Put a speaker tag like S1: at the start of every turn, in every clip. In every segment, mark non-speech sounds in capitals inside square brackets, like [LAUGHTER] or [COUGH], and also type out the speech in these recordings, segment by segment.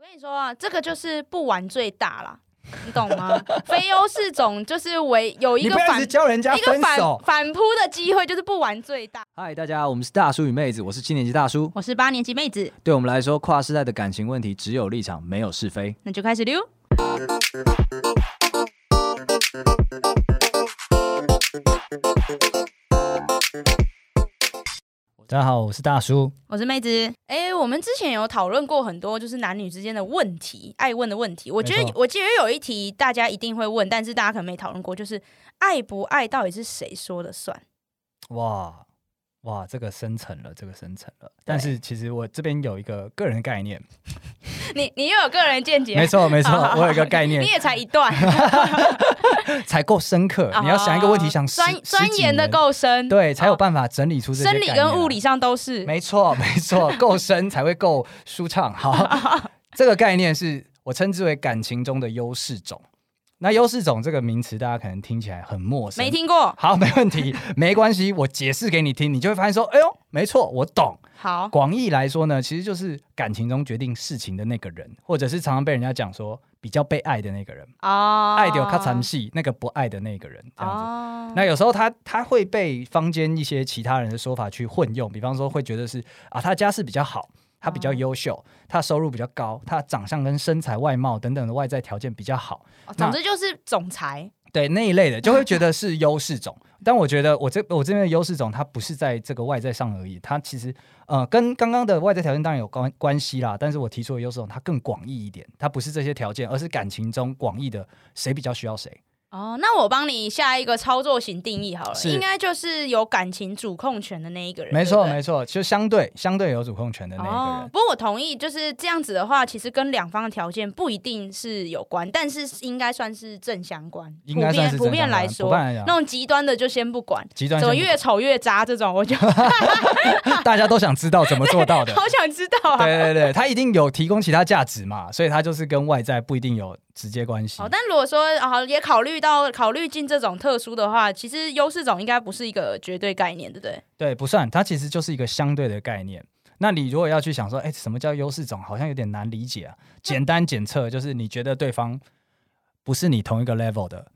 S1: 跟你说啊，这个就是不玩最大啦，你懂吗？非优势总就是为有一
S2: 你
S1: 个
S2: 不要一
S1: 反
S2: 直教人家
S1: 一个
S2: 分
S1: 反
S2: 手。
S1: 反扑的机会，就是不玩最大。
S2: 嗨，大家，我们是大叔与妹子，我是七年级大叔。
S1: 我是八年级妹子，
S2: 对我们来说，跨世代的感情问题只有立场，没有是非。
S1: 那就开始溜。
S2: 大家好，我是大叔。
S1: 我是妹子，哎、我们之前有讨论过很多，就是男女之间的问题，爱问的问题。我觉
S2: 没
S1: 得
S2: 错
S1: 我记得有一题大家一定会问，但是大家可能没讨论过，就是爱不爱到底是谁说的算？
S3: 哇哇，这个深层了，这个深层了。但是其实我这边有一个个人
S1: [LAUGHS]
S3: 概念，
S1: 你你又有个人见解，
S3: 没错
S1: [LAUGHS]
S3: 没错
S1: 好好，好
S3: 我有一个概念
S1: 你也才一段，
S3: 才够深刻。 [LAUGHS] 你要想一个问题，
S1: 哦
S3: 想十
S1: 钻钻研的，够深，
S3: 十几年对，才有
S1: 哦
S3: 办法整理出这些
S1: 生理
S3: 概念啊
S1: 跟物理。上都是。
S3: 没错没错，够深才会够舒畅。 [LAUGHS] 好，这个概念是我称之为感情中的优势种。那优势种这个名词，大家可能听起来很陌生，
S1: 没听过，
S3: 好，没问题， [LAUGHS] 没关系，我解释给你听，你就会发现说，哎呦，没错，我懂。
S1: 好，
S3: 广义来说呢，其实就是感情中决定事情的那个人，或者是常常被人家讲说比较被爱的那个人，
S1: 哦，
S3: 爱的有卡惨戏，那个不爱的那个人这样子。
S1: 哦，
S3: 那有时候他他会被坊间一些其他人的说法去混用，比方说会觉得是啊，他家世比较好，他比较
S1: 哦
S3: 优秀，他收入比较高，他长相跟身材、外貌等等的外在条件比较好，
S1: 哦总之就是总裁
S3: 对那一类的，就会觉得是优势种。 [LAUGHS] 但我觉得我这我这边的优势种，它不是在这个外在上而已，它其实呃跟刚刚的外在条件当然有关关系啦。但是我提出的优势种，它更广义一点，它不是这些条件，而是感情中广义的谁比较需要谁。
S1: 哦。那我帮你下一个操作型定义好了，
S3: 是
S1: 应该就是有感情主控权的那一个人，
S3: 没错
S1: 对
S3: 没错，就相对相对有主控权的
S1: 不对
S3: 那一个人。
S1: 哦，不过我同意，就是这样子的话，其实跟两方的条件不一定是有关，但是应该算是正相关。
S3: 应该算是
S1: 普遍普遍
S3: 正相关
S1: 来说，
S3: 普遍来讲
S1: 那种极端的就先不管，
S3: 极端
S1: 怎
S3: 性
S1: 么
S3: 不
S1: 越丑越渣这种，我就
S3: 大家都想知道怎么做到
S1: [LAUGHS]
S3: 的。
S1: 好想知道啊。
S3: 对对对，他一定有提供其他价值嘛，所以他就是跟外在不一定有直接关系
S1: 哦，。但如果说啊、也考虑到考虑进这种特殊的话，其实优势种应该不是一个绝对概念，对不对？
S3: 对，不算，它其实就是一个相对的概念。那你如果要去想说，哎，什么叫优势种，好像有点难理解啊。简单检测就是你觉得对方不是你同一个 level 的，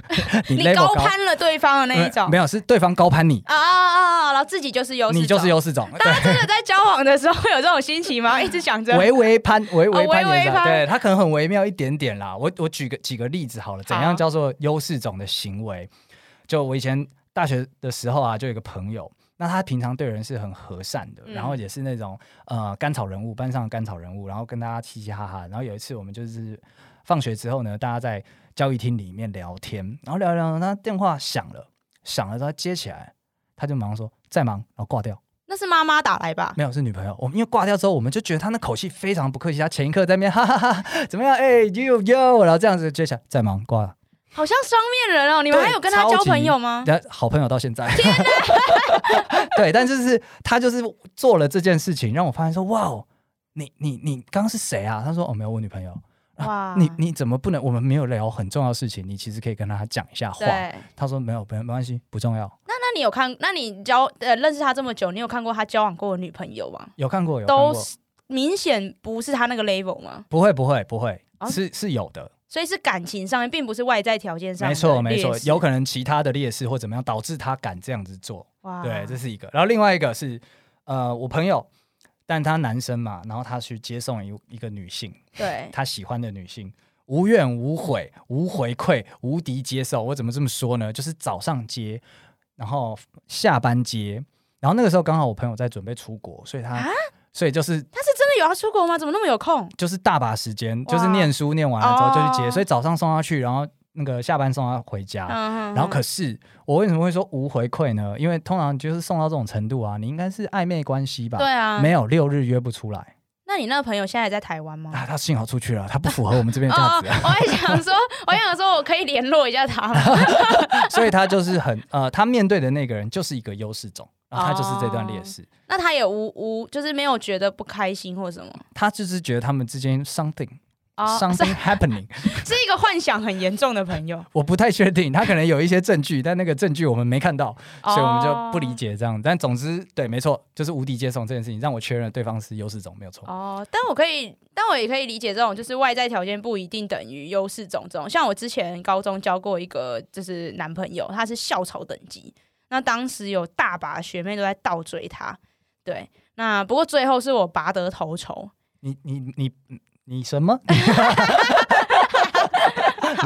S3: [LAUGHS] 你 level
S1: 高
S3: 高
S1: 攀了对方的那一种，
S3: 没有是对方高攀你，
S1: 啊啊啊啊！然后自己就是优势，
S3: 你就
S1: [LAUGHS]
S3: 是。优势种，
S1: 大家真的在交往的时候会有这种心情
S3: [LAUGHS]
S1: 吗？一直想着
S3: 对，微微攀，微微攀
S1: 哦微微
S3: 也是啊，
S1: 攀
S3: 对，它可能很微妙一点点啦。我我举个几个例子好了，怎
S1: 好
S3: 样叫做优势种的行为？就我以前大学的时候啊，就有一个朋友，那他平常对人是很和善的，
S1: 嗯
S3: 然后也是那种呃甘草人物，班上的甘草人物，然后跟大家嘻嘻哈哈。然后有一次我们就是放学之后呢，大家在教育厅里面聊天，然后聊一聊，他电话响了，响了之后他接起来，他就马上说在忙，然后挂掉。
S1: 那是妈妈打来吧？
S3: 没有，是女朋友。我们因为挂掉之后，我们就觉得他那口气非常不客气。他前一刻在那边哈哈哈怎么样？哎、y o u yo，然后这样子接下来再忙挂了。
S1: 好像双面人哦。你们还有跟他交朋友吗？
S3: 然后好朋友到现在。 [LAUGHS] 对，但就是他就是做了这件事情，让我发现说，哇哦，你你你刚刚是谁啊？他说哦，没有，我女朋友。
S1: 哇
S3: 啊你你怎么不能？我们没有聊很重要的事情，你其实可以跟他讲一下话
S1: 对，。那
S3: 他说没有，没没关系，不重要。
S1: 那你有看？那你交呃认识他这么久，你有看过他交往过的女朋友吗？
S3: 有看过，有看
S1: 都
S3: 过。
S1: 是明显不是他那个 level 吗？
S3: 不会，不会，不会
S1: 啊，
S3: 是是有的。
S1: 所以是感情上面，并不是外在条件上的
S3: 没
S1: 劣势。
S3: 错，没错，有可能其他的劣势或怎么样导致他敢这样子做，
S1: 哇
S3: 对，这是一个。然后另外一个是，呃，我朋友，但他男生嘛，然后他去接送一一个女性，
S1: 对
S3: 他喜欢的女性，无怨无悔、无回馈、无敌接受。我怎么这么说呢？就是早上接，然后下班接，然后那个时候刚好我朋友在准备出国，所以他，
S1: 啊
S3: 所以就是
S1: 他是真的有要出国吗？怎么那么有空？
S3: 就是大把时间，就是
S1: 哇
S3: 念书念完了之后就去接，
S1: 哦
S3: 所以早上送他去，然后那个下班送他回家，
S1: 嗯，
S3: 啊然后可是我为什么会说无回馈呢？因为通常就是送到这种程度啊，你应该是暧昧关系吧？
S1: 对、啊，
S3: 没有六日约不出来
S1: 那你那个朋友现在还在台湾吗？哦
S3: 啊，他幸好出去了，他不符合我们这边的价
S1: [LAUGHS]
S3: 值、啊，
S1: 我也想说，我也想说，我可以联络一下他
S3: [LAUGHS]
S1: 吗？
S3: 所以他就是很呃，他面对的那个人就是一个优势种，然后他就是这段劣势，
S1: 那他也无无，就是没有觉得不开心或什么。
S3: 他就是觉得他们之间 something
S1: 哦 [LAUGHS]
S3: something happening，
S1: 是一个幻想很严重的朋友，
S3: 我不太确定，他可能有一些证据，但那个证据我们没看到，
S1: 哦
S3: 所以我们就不理
S1: 解。
S3: 解这样。但总之，对，没错，就是无敌接送这件事情，让我确认了对方是优势种，没有错。
S1: 哦，但我可以，但我也可以理解这种，就是外在条件不一定等于优势种这种。像我之前高中交过一个就是男朋友，他是校草等级，那当时有大把学妹都在倒追他，对，那不过最后是我拔得头筹， [LAUGHS]
S3: 你你你你什么？ [LAUGHS]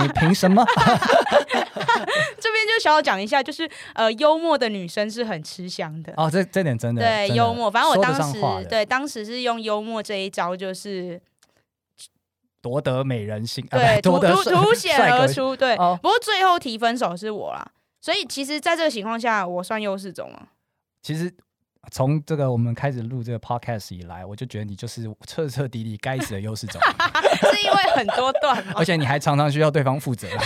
S3: 你凭什么？ [LAUGHS]
S1: 这边就小小讲一下，就是呃，幽默的女生是很吃香的。
S3: 哦，这这点真的
S1: 对，
S3: 真的
S1: 幽默。反正我
S3: 说
S1: 当
S3: 得上
S1: 时
S3: 话的
S1: 对当时是用幽默这一招，就是
S3: 夺得美人心，啊
S1: 对
S3: [LAUGHS] 不
S1: 凸
S3: 夺得
S1: 凸
S3: 帅
S1: 凸显
S3: 帅哥
S1: 而
S3: 心
S1: 出。对，
S3: 哦
S1: 不过最后提分手是我啦，所以其实在这个情况下，我算优势种了。
S3: 其实从这个我们开始录这个 podcast 以来，我就觉得你就是彻彻底底该死的优势种，
S1: 是因为很多段吗
S3: 而？且你还常常需要对方负责。 [LAUGHS]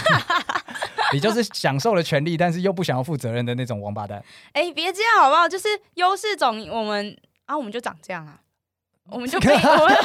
S3: 你就是享受了权利，但是又不想要负责任的那种王八蛋。
S1: 哎、别这样好不好？就是优势种，我们啊，我们就长这样啊，我们就可以，我们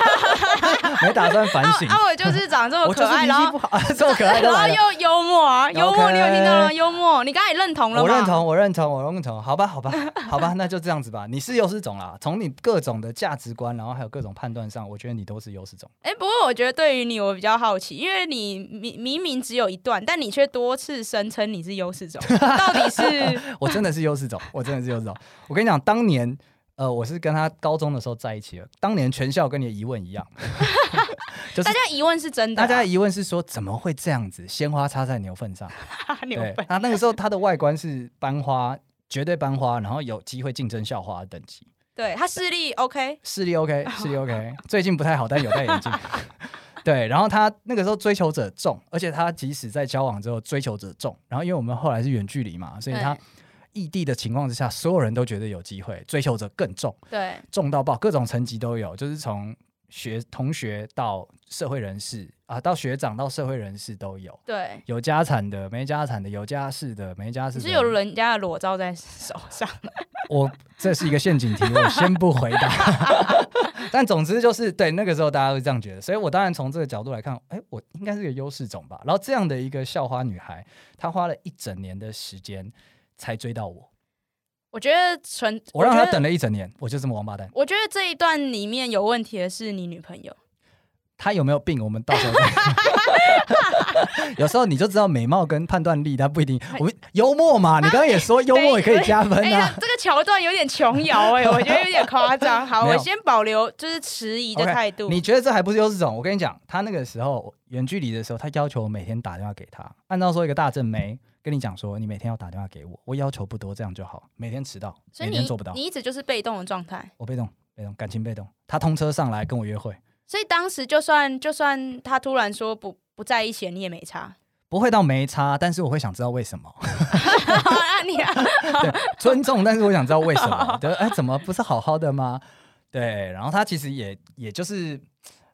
S3: 没打算反
S1: 啊
S3: 省，
S1: 啊，我就是长这么
S3: 我
S1: 可
S3: 就是
S1: 爱，
S3: 脾
S1: 然
S3: 气
S1: 后
S3: 不好， [LAUGHS] 啊这么可爱都
S1: 然后
S3: 来了。
S1: 又幽默啊，幽默，
S3: OK
S1: 你有听到吗？幽默，你刚才也认同了吗？
S3: 我认。同，我认同，我认同。好吧，好吧，好吧， [LAUGHS] 那就这样子吧。你是优势种啦，从你各种的价值观，然后还有各种判断上，我觉得你都是优势种。
S1: 哎、不过我觉得对于你，我比较好奇，因为你明明明只有一段，但你却多次声称你是优势种，到底是
S3: 我真的是优势种， [LAUGHS] 我真的是优势种。我跟你讲，当年呃，我是跟他高中的时候在一起了，当年全校跟你的疑问一样，就是
S1: 大家疑问是真的、
S3: 大
S1: 啊，
S3: 家的疑问是说怎么会这样子，鲜花插在牛粪上。
S1: [LAUGHS] 牛
S3: 对
S1: 粪，
S3: 他那个时候他的外观是班花，绝对班花，然后有机会竞争校花的等级。
S1: 对他视力 OK，
S3: 视力 OK，
S1: [LAUGHS]
S3: 视力 OK，最近不太好，但有戴眼镜。对，然后他那个时候追求者重，而且他即使在交往之后追求者重，然后因为我们后来是远距离嘛，所以他
S1: 对
S3: 异地的情况之下，所有人都觉得有机会，追求者更重，
S1: 对，
S3: 重到爆，各种层级都有，就是从学同学到社会人士啊，到学长到社会人士都有，
S1: 对，
S3: 有家产的，没家产的，有家室的，没家室
S1: 你
S3: 的。
S1: 是有人家的裸照在手上，
S3: 我这是一个陷阱题，我先不回答。 [LAUGHS] 但总之就是，对那个时候大家会这样觉得，所以我当然从这个角度来看，哎，我应该是个优势种吧。然后这样的一个校花女孩，她花了一整年的时间才追到我，
S1: 我觉得纯，
S3: 我让她
S1: 觉得
S3: 等了一整年，我就这么王八蛋。
S1: 我觉得这一段里面有问题的是你女朋友，
S3: 她有没有病，我们到
S1: [LAUGHS]
S3: 时候再。有时候你就知道美貌跟判断力，它不一定。我们幽默嘛，你刚刚也说幽默也可以加分
S1: 哎、
S3: 啊。
S1: 这这个桥段有点琼
S3: [LAUGHS]
S1: 瑶哎、我觉得有点夸张。好，
S3: 没
S1: 我
S3: 有
S1: 先保留就是迟疑的
S3: OK，
S1: 态度。
S3: 你觉得这还不是优势种？我跟你讲，他那个时候远距离的时候，他要求我每天打电话给他。按照说一个大正妹跟你讲说，你每天要打电话给我，我要求不多，这样就好。每天迟到，
S1: 所以
S3: 每
S1: 你
S3: 天做不到
S1: 你，一直就是被动的状态。
S3: 我被动，被动，感情被动。他通车上来跟我约会，
S1: 所以当时就算就算他突然说不不在一起，你也没
S3: [LAUGHS]
S1: 差。 [LAUGHS]
S3: 不会到没差，但是我会想知道为什么，
S1: 好那你、啊、
S3: 对，尊重，但是我想知道为什么。对，哎，怎么不是好好的吗？对，然后他其实也也就是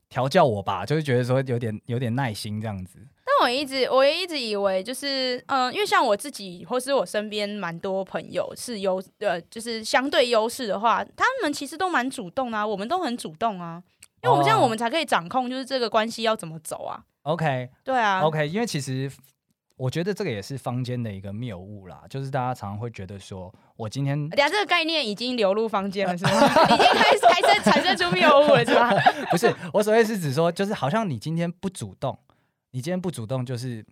S3: 调教我吧，就是觉得说有点有点耐心这样子。
S1: 但我一直我也一直以为就是嗯、呃因为像我自己或是我身边蛮多朋友是优呃，就是相对优势的话，他们其实都蛮主动啊，我们都很主动啊，因为我们这样
S3: 哦
S1: 我们才可以掌控就是这个关系要怎么走啊。
S3: OK，
S1: 对啊
S3: OK，因为其实我觉得这个也是坊间的一个谬误啦，就是大家常常会觉得说，我今天
S1: 等下这个概念已经流入坊间了，是吗？ [LAUGHS] 已经开始产生产生出谬误了，是吧？
S3: 不是我所谓是指说，就是好像你今天不主动，你今天不主动就是。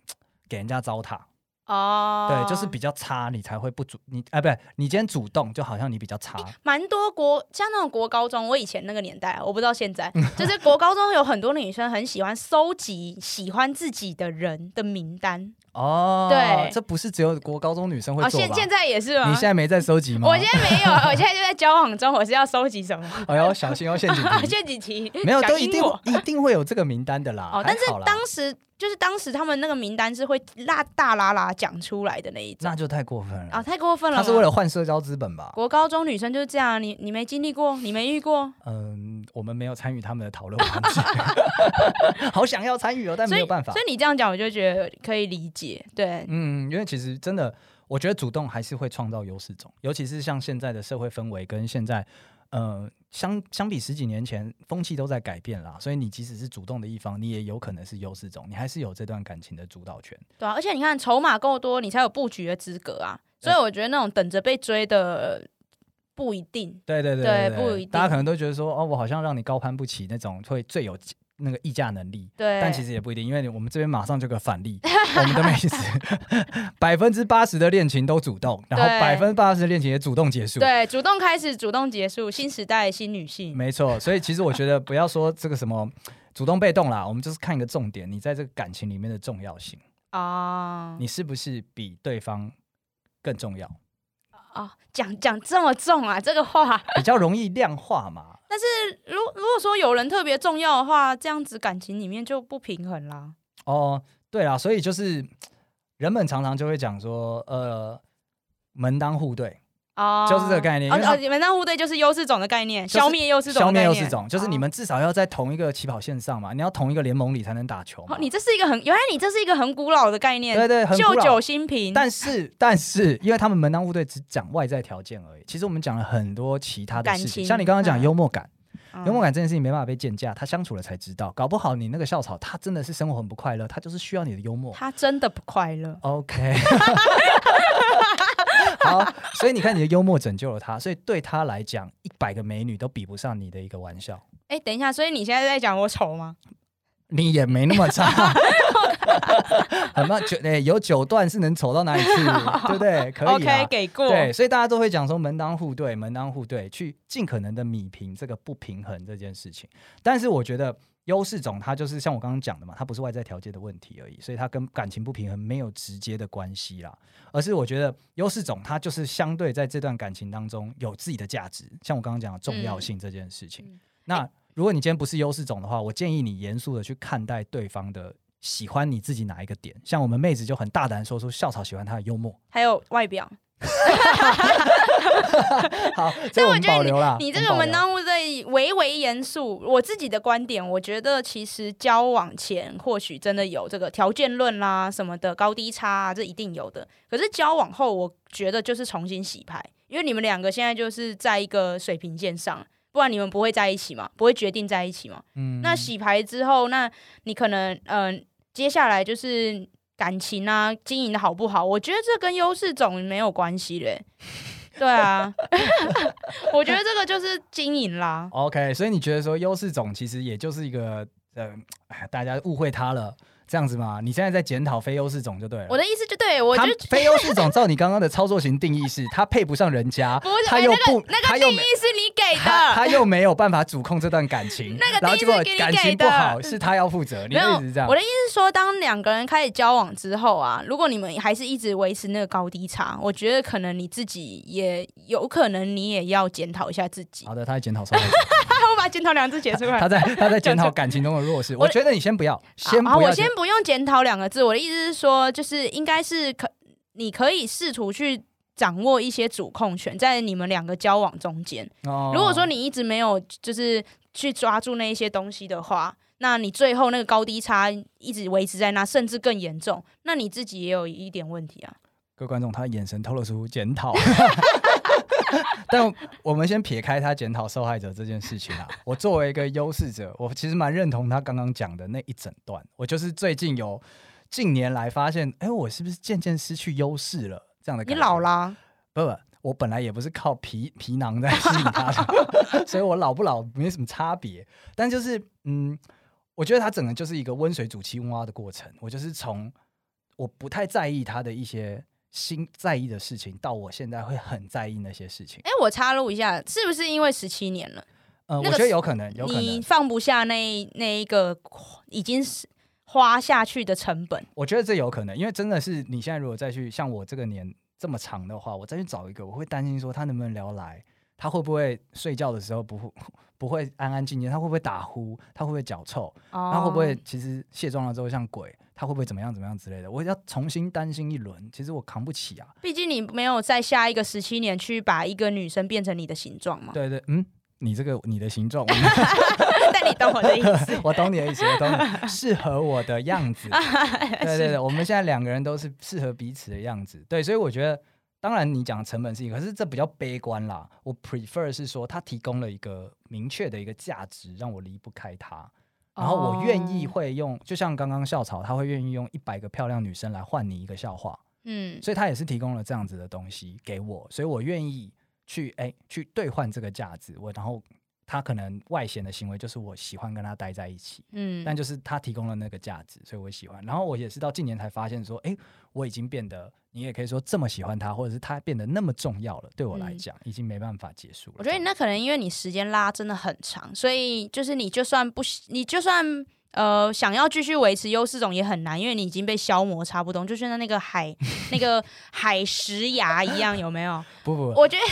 S3: 给人家糟蹋，
S1: 哦，
S3: 对，就是比较差，你才会不主你哎，不对，你今天主动，就好像你比较差，
S1: 蛮多国像那种国高中，我以前那个年代啊，我不知道现在，就是国高中有很多女生很喜欢收集喜欢自己的人的名单
S3: 哦，
S1: 对
S3: 这不是只有国高中女生会
S1: 哦，
S3: 做
S1: 现
S3: 吧？
S1: 现在也是吗？
S3: 你现在没在收集吗？
S1: 我现在
S3: [LAUGHS]
S1: 没有，我现在就在交往中，我是要收集什么？啊
S3: 哎呦，小心哦，陷阱
S1: [LAUGHS]
S3: 题，
S1: 这几题
S3: 没有，
S1: 想
S3: 都
S1: 阴
S3: 一定
S1: 我
S3: 一定会有这个名单的啦。
S1: 哦，
S3: 还
S1: 但是
S3: 好啦
S1: 当时就是当时他们那个名单是会拉大拉拉讲出来的那一种
S3: 那就太过分
S1: 啊，
S3: 了，
S1: 太过分了
S3: 嗯他
S1: 吗。
S3: 是为了换社交资本吧？
S1: 国高中女生就是这样，你你没经历过，你没遇过，
S3: 嗯，我们没有参与他们的讨论环节， [LAUGHS] 好想要参与哦，但
S1: 所
S3: 没
S1: 以
S3: 有办法
S1: 所。以你这样讲，我就觉得可以理解。对，
S3: 嗯，因为其实真的，我觉得主动还是会创造优势种，尤其是像现在的社会氛围跟现在，呃，相相比十几年前，风气都在改变啦，所以你即使是主动的一方，你也有可能是优势种，你还是有这段感情的主导权。
S1: 对啊，而且你看筹码够多，你才有布局的资格啊。所以我觉得那种等着被追的呃不一定。
S3: 对对对
S1: 对
S3: 对
S1: 不一定
S3: 大家可能都觉得说，哦，我好像让你高攀不起那种会最有那个议价能力，
S1: 对，
S3: 但其实也不一定，因为我们这边马上就有个反例，我们的妹
S1: [LAUGHS]
S3: 子百分之八十的恋情都主动，然后
S1: 对
S3: 百分之八十的恋情也主动结束。
S1: 对主动开始，主动结束，新时代新女性。
S3: 没错，所以其实我觉得不要说这个什么主动被动啦，我们就是看一个重点，你在这个感情里面的重要性，
S1: 嗯哦
S3: 你是不是比对方更重要，
S1: 哦，讲讲这么重啊，这个话。
S3: 比较容易量化嘛？
S1: 如如果说有人特别重要的话，这样子感情里面就不平衡啦。
S3: 哦，对啦，所以就是人们常常就会讲说，呃，门当户对，
S1: 哦，
S3: 就是这个概念
S1: 哦
S3: 因为它
S1: 哦，门当户对就是优势种的概念，
S3: 就是
S1: 消灭优势种的
S3: 消
S1: 概念。
S3: 灭又是种，就是你
S1: 哦
S3: 们至少要在同一个起跑线上嘛，你要同一个联盟里才能打球嘛。
S1: 哦，你这是一个很原来你这是一个很古老的概念，
S3: 对对，很
S1: 旧
S3: 古老
S1: 酒新瓶。嗯
S3: 但是，但是，因为他们门当户对只讲外在条件而已。其实我们讲了很多其他的
S1: 感
S3: 事情，
S1: 情
S3: 像你刚刚讲
S1: 嗯
S3: 幽默感，
S1: 嗯
S3: 幽默感这件事情没办法被见价，他相处了才知道。搞不好你那个校草，他真的是生活很不快乐，他就是需要你的幽默。
S1: 他真的不快乐。
S3: OK，好，所以你看你的幽默拯救了他，所以对他来讲，一百个美女都比不上你的一个玩笑。
S1: 哎，等一下，所以你现在在讲我丑吗？
S3: 你也没那么差， [LAUGHS] 很棒，九、诶有九段是能丑到哪里去，对不对？可以啊啦
S1: OK，给过。
S3: 对，所以大家都会讲说门当户对，门当户对，去尽可能的弭平这个不平衡这件事情。但是我觉得优势种它就是像我刚刚讲的嘛，它不是外在条件的问题而已，所以它跟感情不平衡没有直接的关系啦。而是我觉得优势种它就是相对在这段感情当中有自己的价值，像我刚刚讲的重要性这件事情。
S1: 嗯
S3: 那如果你今天不是优势种的话，我建议你严肃的去看待对方的。喜欢你自己哪一个点？像我们妹子就很大胆地说出校草喜欢她的幽默，
S1: 还有外表， [LAUGHS]
S3: 好，
S1: 但
S3: 这
S1: 我
S3: 我们
S1: 觉得
S3: 保留啦。
S1: 你这
S3: 我们
S1: 个门
S3: 保留
S1: 当户对，唯唯严肃。我自己的观点，我觉得其实交往前或许真的有这个条件论啦什么的高低差、啊，这一定有的。可是交往后，我觉得就是重新洗牌，因为你们两个现在就是在一个水平线上，不然你们不会在一起嘛，不会决定在一起嘛。
S3: 嗯
S1: 那洗牌之后，那你可能嗯、呃接下来就是感情啊，经营的好不好？我觉得这跟优势种没有关系嘞。 [LAUGHS] 对啊， [LAUGHS] 我觉得这个就是经营啦。
S3: OK，所以你觉得说优势种其实也就是一个呃，哎大家误会他了这样子嘛？你现在在检讨非优势种就对了。
S1: 我的意思就对我就
S3: 他非优势种，照你刚刚的操作型定义是，他配不上人家
S1: 不是，
S3: 他
S1: 哎
S3: 又
S1: 那
S3: 不
S1: 个，那
S3: 他
S1: 个
S3: 又
S1: 定
S3: 没
S1: 义是你给
S3: 他
S1: 的，
S3: 他又没有办法主控这段感情，
S1: [LAUGHS] 那个
S3: 然
S1: 定
S3: 后
S1: 义
S3: 结果
S1: 是给你
S3: 感
S1: 给
S3: 情不
S1: 的嗯
S3: 好是他要负责，你
S1: 没
S3: 的
S1: 有
S3: 意思是这样
S1: 我？的意思是说，当两个人开始交往之后啊，如果你们还是一直维持那个高低差，我觉得可能你自己也有可能你也要检讨一下自己。 [LAUGHS]
S3: 好的，他在检讨什么？
S1: 我把检讨两个字写出来
S3: 他。在他在检讨感情中的弱势。
S1: 啊我
S3: 我
S1: 的
S3: 觉得你先不要，先
S1: 好，
S3: 不
S1: 我
S3: 要
S1: 先
S3: 检，
S1: 不用检讨两个字，我的意思是说，就是应该是可你可以试图去掌握一些主控权，在你们两个交往中间。
S3: 哦
S1: 如果说你一直没有就是去抓住那一些东西的话，那你最后那个高低差一直维持在那，甚至更严重，那你自己也有一点问题啊。
S3: 各位观众，他的眼神透露出检讨。 [LAUGHS] 但我们先撇开他检讨受害者这件事情啊，我作为一个优势者，我其实蛮认同他刚刚讲的那一整段。我就是最近有近年来发现，哎，我是不是渐渐失去优势了？这样的
S1: 你
S3: 感觉
S1: 老，啦，
S3: 不不，我本来也不是靠皮皮囊在吸引他的， [LAUGHS] 所以我老不老没什么差别。但就是，嗯，我觉得他整个就是一个温水煮青蛙的过程。我就是从我不太在意他的一些心在意的事情，到我现在会很在意那些事情。
S1: 哎、我插入一下，是不是因为十七年了，
S3: 呃，
S1: 那个
S3: 我觉得有可能，有可
S1: 你
S3: 能。
S1: 放不下那一那一个已经是花下去的成本？
S3: 我觉得这有可能，因为真的是你现在如果再去像我这个年这么长的话，我再去找一个，我会担心说他能不能聊来，他会不会睡觉的时候不会不会安安静静，他会不会打呼，他会不会脚臭，
S1: 哦
S3: 他会不会其实卸妆了之后像鬼？他会不会怎么样怎么样之类的？我要重新担心一轮，其实我扛不起啊。
S1: 毕竟你没有在下一个十七年去把一个女生变成你的形状嘛。
S3: 对对，嗯，你这个你的形状，我。
S1: [LAUGHS] 但你懂我的意思
S3: [LAUGHS] 我懂你的意思，我懂你适合我的
S1: [LAUGHS]
S3: 样子。对对对，我们现在两个人都是适合彼此的样子。对，所以我觉得当然，你讲成本是一个，可是这比较悲观啦。我 prefer 是说，它提供了一个明确的一个价值，让我离不开它。然后我愿意
S1: 哦，
S3: 会用，就像刚刚校草，他会愿意用一百个漂亮女生来换你一个笑话，
S1: 嗯，
S3: 所以他也是提供了这样子的东西给我，所以我愿意去哎、去兑换这个价值。我然后他可能外显的行为就是我喜欢跟他待在一起，
S1: 嗯，
S3: 但就是他提供了那个价值，所以我喜欢。然后我也是到近年才发现说，哎、我已经变得，你也可以说这么喜欢他，或者是他变得那么重要了，对我来
S1: 嗯
S3: 讲、已经没办法结束了。
S1: 我觉得你那可能因为你时间拉真的很长，所以就是你就算不喜，你就算呃想要继续维持优势种也很难，因为你已经被消磨差不多，就像那个海那个海石崖一样，有没
S3: [LAUGHS]
S1: 有？
S3: 不不
S1: 我觉得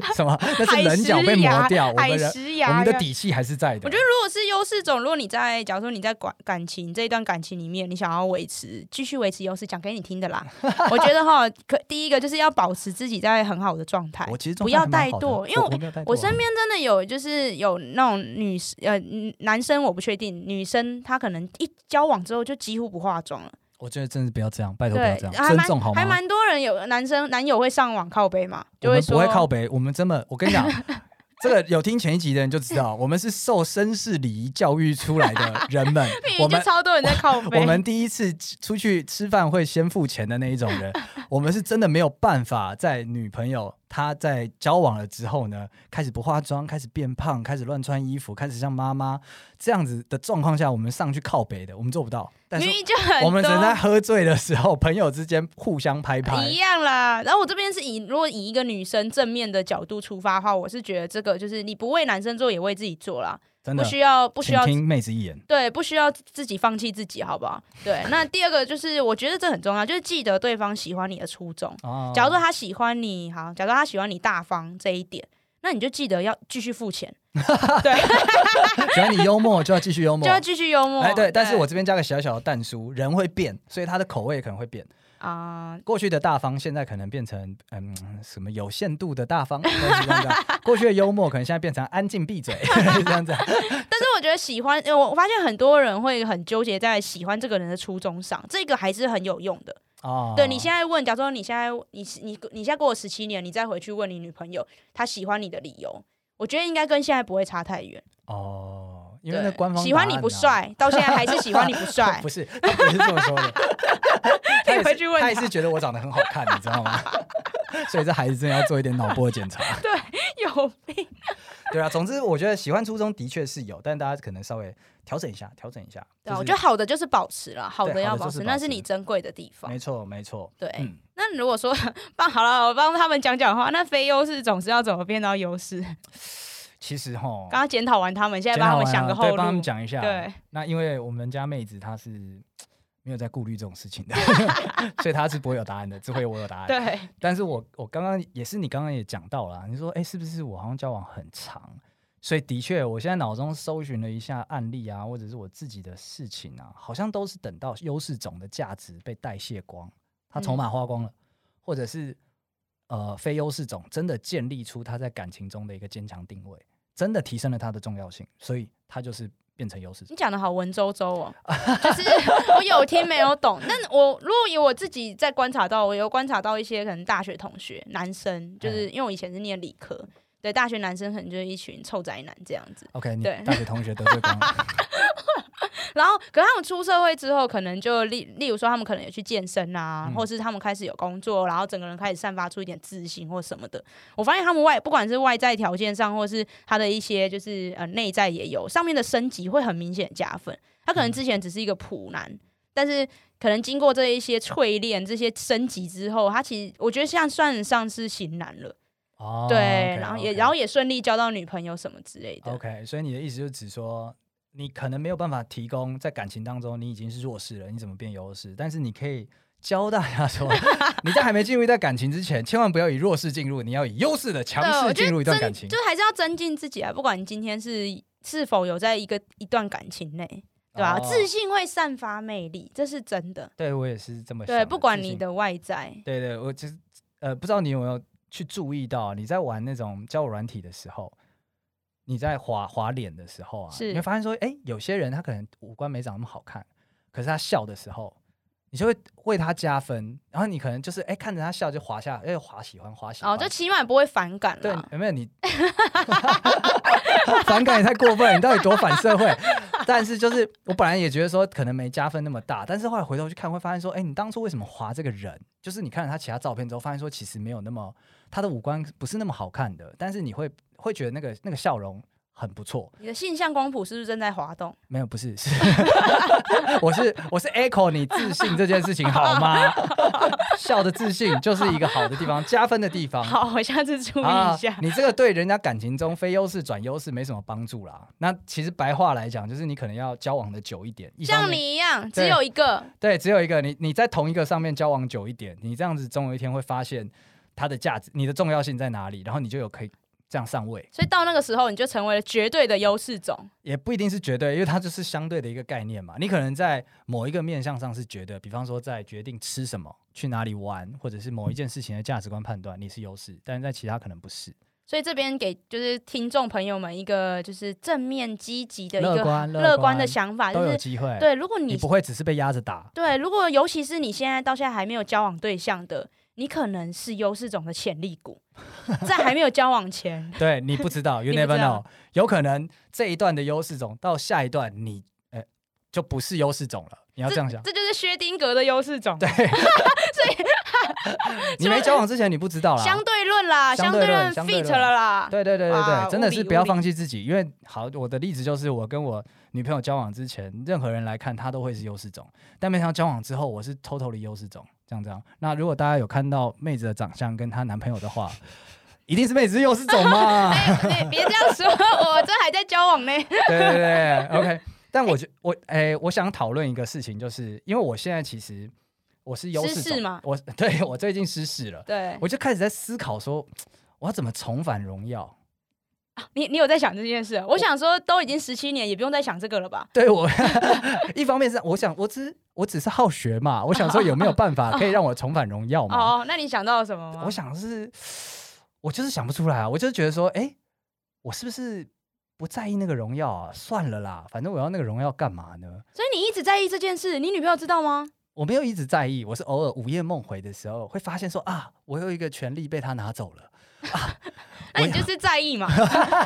S3: 不 [LAUGHS] 什么，那
S1: 海
S3: 是棱角被
S1: 石
S3: 磨
S1: 崖
S3: 掉，我
S1: 海
S3: 们人
S1: 石
S3: 我
S1: 崖
S3: 们
S1: 一
S3: 的
S1: 样。
S3: 底气还是在的。
S1: 我觉得如果是优势种，如果你在，假如说你在感感情这一段感情里面，你想要维持继续维持优势，讲给你听的
S3: [LAUGHS]
S1: 啦。我觉得哈，可第一个就是要保持自己在很好的状态，
S3: 我其实
S1: 不
S3: 状态
S1: 要
S3: 还蛮
S1: 怠
S3: 好的
S1: 惰，因为
S3: 我
S1: 我
S3: 我没有怠惰
S1: 我
S3: 啊
S1: 身边真的有，就是有那种女呃男生我不确定，女生她可能一交往之后就几乎不化妆了，
S3: 我觉得真的不要这样，拜托不要
S1: 对
S3: 这，样，
S1: 还
S3: 尊
S1: 蛮
S3: 重好吗？
S1: 还蛮多人有男生男友会上网靠背嘛，就
S3: 我们
S1: 说
S3: 不会靠北，我们真的，我跟你讲，这个有听前一集的人就知道，我们是受绅士礼仪教育出来的人
S1: [LAUGHS]
S3: 们，
S1: 明明
S3: 我
S1: 就
S3: 们。
S1: 超多人在靠背，
S3: 我们第一次出去吃饭会先付钱的那一种人，我们是真的没有办法在女朋友她在交往了之后呢，开始不化妆，开始变胖，开始乱穿衣服，开始像妈妈这样子的状况下，我们上去靠北的，我们做不到。但是
S1: 明明就很多哎
S3: 我们只能在喝醉的时候，朋友之间互相拍拍
S1: 一。样啦。然后我这边是以如果以一个女生正面的角度出发的话，我是觉得这个就是你不为男生做，也为自己做啦，
S3: 真
S1: 不
S3: 的，
S1: 需要不需
S3: 请
S1: 要
S3: 听妹子一言。
S1: 对，不需要自己放弃自己，好不好？
S3: [LAUGHS]
S1: 对，那第二个就是我觉得这很重要，就是记得对方喜欢你的初衷。
S3: 哦
S1: 假如说他喜欢你，好，假如说他喜欢你大方这一点，那你就记得要继续付钱，
S3: 只要你幽默，就要继续幽默
S1: 就。要继续幽默。
S3: 哎，对，但是我这边加个小小的淡书，人会变，所以他的口味可能会变。
S1: 啊、
S3: 过去的大方，现在可能变成嗯什么有限度的大方，类似这样子啊过去的幽默，可能现在变成安静闭嘴 [LAUGHS] 这样子啊。
S1: 但是我觉得喜欢，呃我我发现很多人会很纠结在喜欢这个人的初衷上，这个还是很有用的。
S3: 哦，
S1: 对你现在问，假如说你现在你你你现在过了十七年，你再回去问你女朋友她喜欢你的理由，我觉得应该跟现在不会差太远。
S3: 哦，因
S1: 对，
S3: 为那官方
S1: 喜欢
S3: 答
S1: 你
S3: 案
S1: 不
S3: 啊，哦
S1: 帅，到现在还是喜欢你
S3: [LAUGHS]
S1: 不帅
S3: 不。是他不是这么说
S1: [LAUGHS]
S3: 的。他也
S1: 你回
S3: 是
S1: 去问
S3: 他也是觉得我长得很好看，你知道吗？ [LAUGHS] 所以这孩子真的要做一点脑波检查。 [LAUGHS]
S1: 有病！
S3: 对啊，总之我觉得喜欢初衷的确是有，但大家可能稍微调整一下，调整一下。
S1: 对啊，
S3: 就
S1: 我
S3: 是
S1: 觉得好的就是保持了，好的
S3: 对
S1: 要
S3: 好的
S1: 保
S3: 就是
S1: 持，
S3: 保
S1: 那是
S3: 持
S1: 你珍贵的地方
S3: 没。错没错。
S1: 对，
S3: 嗯
S1: 那如果说 [LAUGHS] 帮好了，我帮他们讲讲话，那非优势总是要怎么变到优势？
S3: 其实哈，
S1: 刚刚检讨完他们，现在
S3: 哦
S1: 帮
S3: 检
S1: 他
S3: 讨
S1: 们
S3: 完
S1: 想
S3: 啊
S1: 个
S3: 对
S1: 后路。
S3: 帮他们讲一下。
S1: 对，
S3: 那因为我们家妹子她是没有在顾虑这种事情
S1: [LAUGHS]
S3: 的，所以她是不会有答案的，只会我有答案。
S1: 对，
S3: 但是我我刚刚也是你刚刚也讲到了啊，你说哎、诶是不是我好像交往很长？所以的确，我现在脑中搜寻了一下案例啊，或者是我自己的事情啊，好像都是等到优势种的价值被代谢光，它
S1: 嗯
S3: 筹码花光了，或者是呃非优势种真的建立出它在感情中的一个坚强定位，真的提升了它的重要性，所以它就是变成优势种。
S1: 你讲的好文绉绉哦，就是我有听没有懂。但我如果以我自己在观察到，我有观察到一些可能大学同学男生，就是因为我以前是念理科，对，大学男生可能就是一群臭宅男这样子。
S3: OK，你
S1: 对
S3: 大学同学得罪光
S1: [LAUGHS]
S3: 了，
S1: 然后，可是他们出社会之后，可能就例例如说，他们可能有去健身啊，
S3: 嗯
S1: 或是他们开始有工作，然后整个人开始散发出一点自信或什么的。我发现他们外不管是外在条件上，或是他的一些就是呃内在也有上面的升级，会很明显加分。他
S3: 嗯
S1: 可能之前只是一个普男，但是可能经过这一些淬炼、这些升级之后，他其实我觉得像算上是型男了，
S3: 哦
S1: 对
S3: OK，
S1: 然后
S3: OK
S1: 也然后也顺利交到女朋友什么之类的。
S3: OK，所以你的意思就是指说，你可能没有办法提供在感情当中你已经是弱势了，你怎么变优势？但是你可以教大家说，你在还没进入一段感情之前，千万不要以弱势进入，你要以优势的强
S1: 对我
S3: 势
S1: 觉
S3: 进
S1: 得
S3: 入一段
S1: 增
S3: 感情
S1: 就。还是要增进自己啊。不管你今天是是否有在一个一段感情内，对吧、
S3: 哦
S1: 自信会散发魅力，这是真的。
S3: 对我也是这么想
S1: 对，不管你，
S3: 自信
S1: 的外在，
S3: 对对，我其实呃，不知道你有没有去注意到，啊你在玩那种交友软体的时候。你在滑滑脸的时候啊，
S1: 是
S3: 你会发现说，哎、有些人他可能五官没长那么好看，可是他笑的时候，你就会为他加分，然后你可能就是哎、看着他笑就滑下，哎、滑喜欢滑喜欢，
S1: 哦，就起码不会反感
S3: 对
S1: 啦。，
S3: 有没有你 [LAUGHS] 反感也太过分了？你到底多反社会？但是就是我本来也觉得说可能没加分那么大，但是后来回头去看会发现说，哎、你当初为什么划这个人？就是你看了他其他照片之后，发现说其实没有那么他的五官不是那么好看的，但是你会会觉得那个那个笑容很不错。
S1: 你的性向光谱是不是正在滑动？
S3: 没有，不是， [LAUGHS] 是我是我是 echo 你自信这件事情好吗？ [LAUGHS] 笑的自信就是一个好的地方，加分的地方。
S1: 好，我下次注意一下。
S3: 啊
S1: [LAUGHS]
S3: 你这个对人家感情中非优势转优势没什么帮助啦。那其实白话来讲，就是你可能要交往的久一点，一方
S1: 像
S3: 面
S1: 你一样，
S3: 对
S1: 只有一个，
S3: 对，只有一个你，你在同一个上面交往久一点，你这样子总有一天会发现它的价值，你的重要性在哪里，然后你就有可以这样上位，
S1: 所以到那个时候你就成为了绝对的优势种。
S3: 也不一定是绝对，因为它就是相对的一个概念嘛。你可能在某一个面向上是绝对，比方说在决定吃什么、去哪里玩，或者是某一件事情的价值观判断，你是优势，但是在其他可能不是。
S1: 所以这边给就是听众朋友们一个就是正面积极的一
S3: 乐
S1: 个
S3: 观，
S1: 乐观的想法，就
S3: 都有
S1: 是
S3: 机会。
S1: 对，如果
S3: 你
S1: 你
S3: 不会只是被压着打。
S1: 对，如果尤其是你现在到现在还没有交往对象的，你可能是优势种的潜力股，在还没有交往前，
S3: [LAUGHS] 对你不知道
S1: [LAUGHS]
S3: ，you
S1: 你不
S3: never
S1: 知
S3: know，
S1: 道
S3: 有可能这一段的优势种到下一段你，呃，就不是优势种了。你要这样想，
S1: 这就是薛丁格的优势种，
S3: 对，你没交往之前你不知道啦。
S1: 相对论啦，
S3: 相
S1: 相
S3: 对
S1: 对
S3: 论
S1: 论
S3: 相对
S1: fit
S3: 论
S1: 了啦。
S3: 对对对对对，
S1: 哇
S3: 真的
S1: 无
S3: 是
S1: 理
S3: 不要
S1: 无理
S3: 放弃自己，因为好，我的例子就是我跟我女朋友交往之前，任何人来看她都会是优势种，但没想到交往之后我是 totally 优势种，这样这样。那如果大家有看到妹子的长相跟她男朋友的话，一定是妹子是优势种
S1: [LAUGHS]
S3: 嘛？
S1: 你别这样说，我这还在交
S3: [LAUGHS]
S1: 往呢。
S3: 对对对，OK。但我觉我哎、我想讨论一个事情，就是因为我现在其实我是优势
S1: 失
S3: 种
S1: 势吗
S3: 我 [LAUGHS] 对我最近失势了，
S1: 对
S3: 我就开始在思考说，我要怎么重返荣耀？
S1: 你，你有在想这件事？啊我想说，都已经十七年，也不用再想这个了吧？
S3: 对我， [LAUGHS] 一方面是我想，我只我只是好学嘛，我想说有没有
S1: [LAUGHS]
S3: 办法可以让我重返荣耀嘛？
S1: 哦，那你想到了什么吗？
S3: 我想是，我就是想不出来啊，我就是觉得说，哎、我是不是不在意那个荣耀啊？算了啦，反正我要那个荣耀干嘛呢？
S1: 所以你一直在意这件事，你女朋友知道吗？
S3: 我没有一直在意，我是偶尔午夜梦回的时候会发现说啊，我有一个权利被他拿走了。
S1: 那你就是在意
S3: [LAUGHS]
S1: 嘛。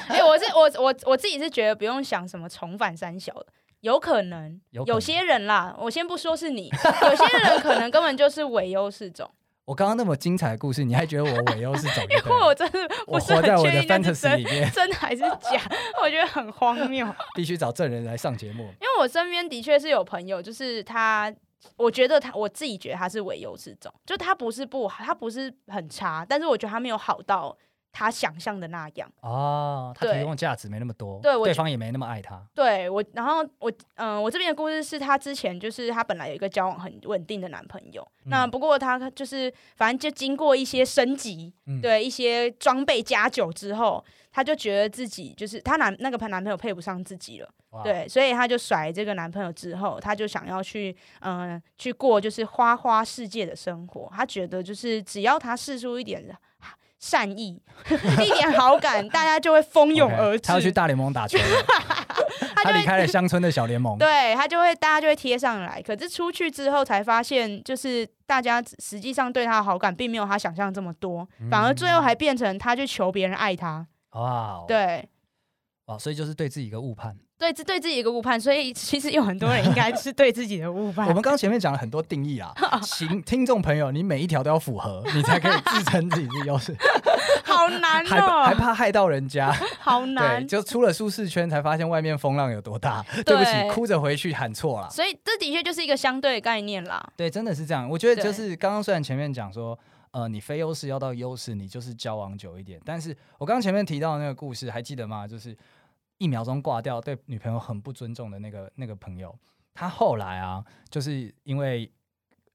S1: 哎、我是我我我自己是觉得不用想什么重返三小的，有可能
S3: 有可能
S1: 有些人啦，我先不说是你，有些人可能根本就是伪优势种，
S3: 我刚刚那么精彩的故事，你还觉得我伪优是怎么
S1: 因 [LAUGHS] 为我真的
S3: 我
S1: 不是
S3: 活在
S1: 很
S3: 我
S1: 确
S3: 的
S1: 定那是
S3: fantasy
S1: 真
S3: 里面，
S1: 真还是假，我觉得很荒谬。
S3: 必须找证人来上节目。
S1: 因为我身边的确是有朋友，就是他，我觉得他我自己觉得他是伪优势种，就他不是不好，他不是很差，但是我觉得他没有好到他想象的那样。
S3: 哦，他
S1: 对
S3: 提供价值没那么多，
S1: 对我觉
S3: 方也没那么爱他。
S1: 对我，然后我，嗯、我这边的故事是她之前就是她本来有一个交往很稳定的男朋友，那
S3: 嗯
S1: 不过她就是反正就经过一些升级，
S3: 嗯
S1: 对一些装备加酒之后，她就觉得自己就是她男那个男朋友配不上自己了，
S3: 哇，
S1: 对，所以她就甩这个男朋友之后，她就想要去，嗯、去过就是花花世界的生活，她觉得就是只要她试出一点。善意， [LAUGHS] 一点好感，大家就会蜂拥
S3: OK，
S1: 而至。
S3: 他要去大联盟打
S1: [LAUGHS]
S3: 球了，
S1: 她
S3: 他
S1: 就会
S3: 离开了乡村的小联盟。
S1: [LAUGHS] 对他就会大家就会贴上来。可是出去之后才发现，就是大家实际上对他的好感并没有他想象这么多，
S3: 嗯
S1: 反而最后还变成他去求别人爱他。
S3: 哇，，哦
S1: 对。
S3: 哇，所以就是对自己一个误判。
S1: 对，自对自己一个误判，所以其实有很多人应该是对自己的误判
S3: [LAUGHS] 我。们刚前面讲了很多定义
S1: [LAUGHS]
S3: 啊，请听众朋友，你每一条都要符合，你才可以自称自己
S1: [LAUGHS]
S3: 是优势，
S1: 好难
S3: 还还
S1: 哦，
S3: 怕害到人家。
S1: 好
S3: 对，
S1: 难。
S3: 就出了舒适圈才发现外面风浪有
S1: [LAUGHS]
S3: 多大。对不起，哭着回去喊错了。
S1: 所以这的确就是一个相对的概念啦。
S3: 对，真的是这样。我觉得就
S1: 对
S3: 是刚刚虽然前面讲说，呃，你非优势要到优势，你就是交往久一点。但是我刚刚前面提到的那个故事，还记得吗？就是一秒钟挂掉对女朋友很不尊重的那个那个朋友，他后来啊，就是因为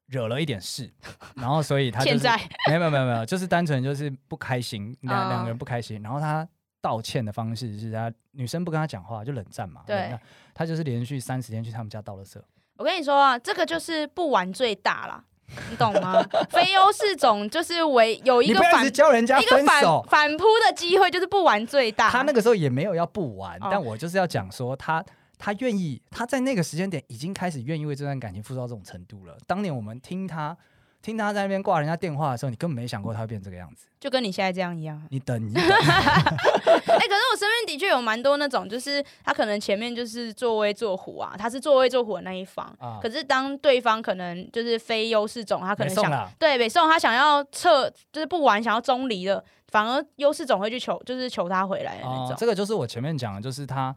S3: 惹了一点事，然后所以他、就
S1: 现
S3: 是、
S1: 在 [LAUGHS]
S3: [LAUGHS] 没有没有没有没有，就是单纯就是不开心，
S1: 啊
S3: 两两个人不开心，然后他道歉的方式是他女生不跟他讲话就冷战嘛，
S1: 对
S3: 冷战，他就是连续三十天去他们家倒垃圾，
S1: 我跟你说啊，这个就是不玩最大啦，你懂
S3: [LAUGHS]
S1: 吗？非优势种就是为有一
S3: 你
S1: 个
S3: 不要一
S1: 反
S3: 直教人家
S1: 一个
S3: 分
S1: 反
S3: 手。
S1: 反扑的机会，就是不玩最大。
S3: 他那个时候也没有要不玩，
S1: 哦
S3: 但我就是要讲说他。他愿意，他在那个时间点已经开始愿意为这段感情付出到这种程度了。当年我们听他听他在那边挂人家电话的时候，你根本没想过他会变这个样子。
S1: 就跟你现在这样一样啊。
S3: 你等，你等，
S1: 哎、可是我身边的确有蛮多那种，就是他可能前面就是作威作虎啊，他是作威作虎的那一方。
S3: 啊
S1: [LAUGHS] 可是当对方可能就是非优势种，他可能
S3: 没送
S1: 想
S3: 啦
S1: 对北宋他想要撤，就是不玩，想要中离了，反而优势种会去求，就是求他回来的那
S3: 哦
S1: 种。
S3: 这个就是我前面讲的，就是他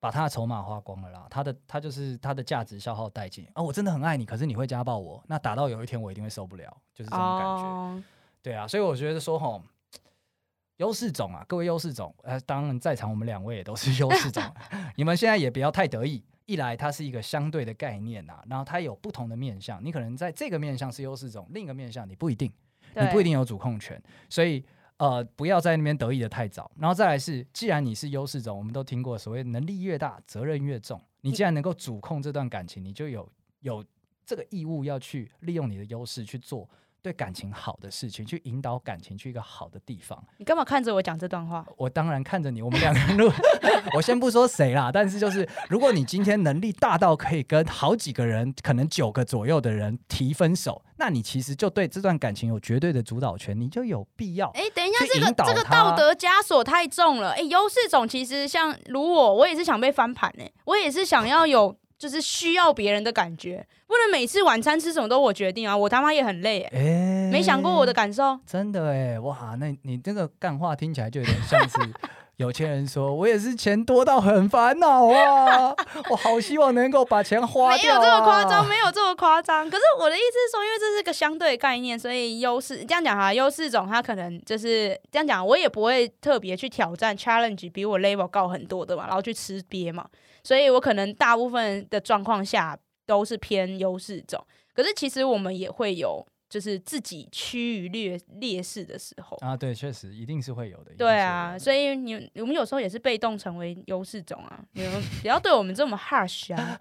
S3: 把他的筹码花光了啦，他的他就是他的价值消耗殆尽啊！我真的很爱你，可是你会家暴我，那打到有一天我一定会受不了，就是这种感觉。
S1: 哦，
S3: 对啊，所以我觉得说吼，优势种啊，各位优势种，呃，当然在场我们两位也都是优
S1: [LAUGHS]
S3: 势种，你们现在也不要太得意。一来它是一个相对的概念呐、然后它有不同的面向，你可能在这个面向是优势种，另一个面向你不一定，你
S1: 对
S3: 不一定有主控权，所以。呃，不要在那边得意的太早。然后再来是，既然你是优势种，我们都听过所谓能力越大，责任越重。你既然能够主控这段感情，你就有有这个义务要去利用你的优势去做对感情好的事情，去引导感情去一个好的地方。
S1: 你干嘛看着我讲这段话？
S3: 我当然看着你，我们两个人录， [LAUGHS] 我先不说谁啦，但是就是，如果你今天能力大到可以跟好几个人，可能九个左右的人提分手，那你其实就对这段感情有绝对的主导权，你就有必要。
S1: 哎、等一下，
S3: 去
S1: 这个
S3: 引导
S1: 这个
S3: 他
S1: 道德枷锁太重了。哎、优势种其实像如我，我也是想被翻盘哎、我也是想要有就是需要别人的感觉，不能每次晚餐吃什么都我决定啊，我他妈也很累哎、
S3: 哎、
S1: 没想过我的感受，
S3: 真的哎，哇，那你这个干话听起来就有点像是有钱人说，我也是钱多到很烦恼啊，我好希望能够把钱花
S1: 没有
S3: 掉、啊，
S1: 这么夸张，。没有这么夸张。可是我的意思是说，因为这是个相对概念，所以优势这样讲哈，优势种他可能就是这样讲，我也不会特别去挑战 challenge 比我 level 高很多的嘛，然后去吃瘪嘛，所以我可能大部分的状况下都是偏优势种。可是其实我们也会有就是自己趋于劣劣势的时候。
S3: 啊，对，确实一定是会有的。一定是
S1: 对啊，
S3: 会有的
S1: 所以你我们有时候也是被动成为优势种啊，你们不要对我们这么 harsh 啊。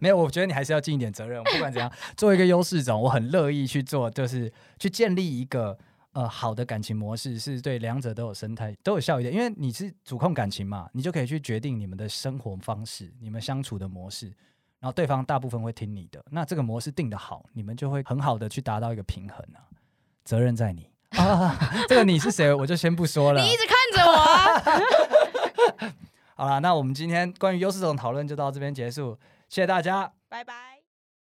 S3: 没有，我觉得你还是要尽一点责任。不管怎样，作为一个优势种，我很乐意去做，就是去建立一个呃好的感情模式，是对两者都有生态都有效益的。因为你是主控感情嘛，你就可以去决定你们的生活方式、你们相处的模式，然后对方大部分会听你的。那这个模式定的好，你们就会很好的去达到一个平衡啊。责任在你 [LAUGHS] 啊，这个你是谁，我就先不说了。
S1: 你一直看着我啊。
S3: 好了，那我们今天关于优势种讨论就到这边结束，谢谢大家。
S1: 拜拜。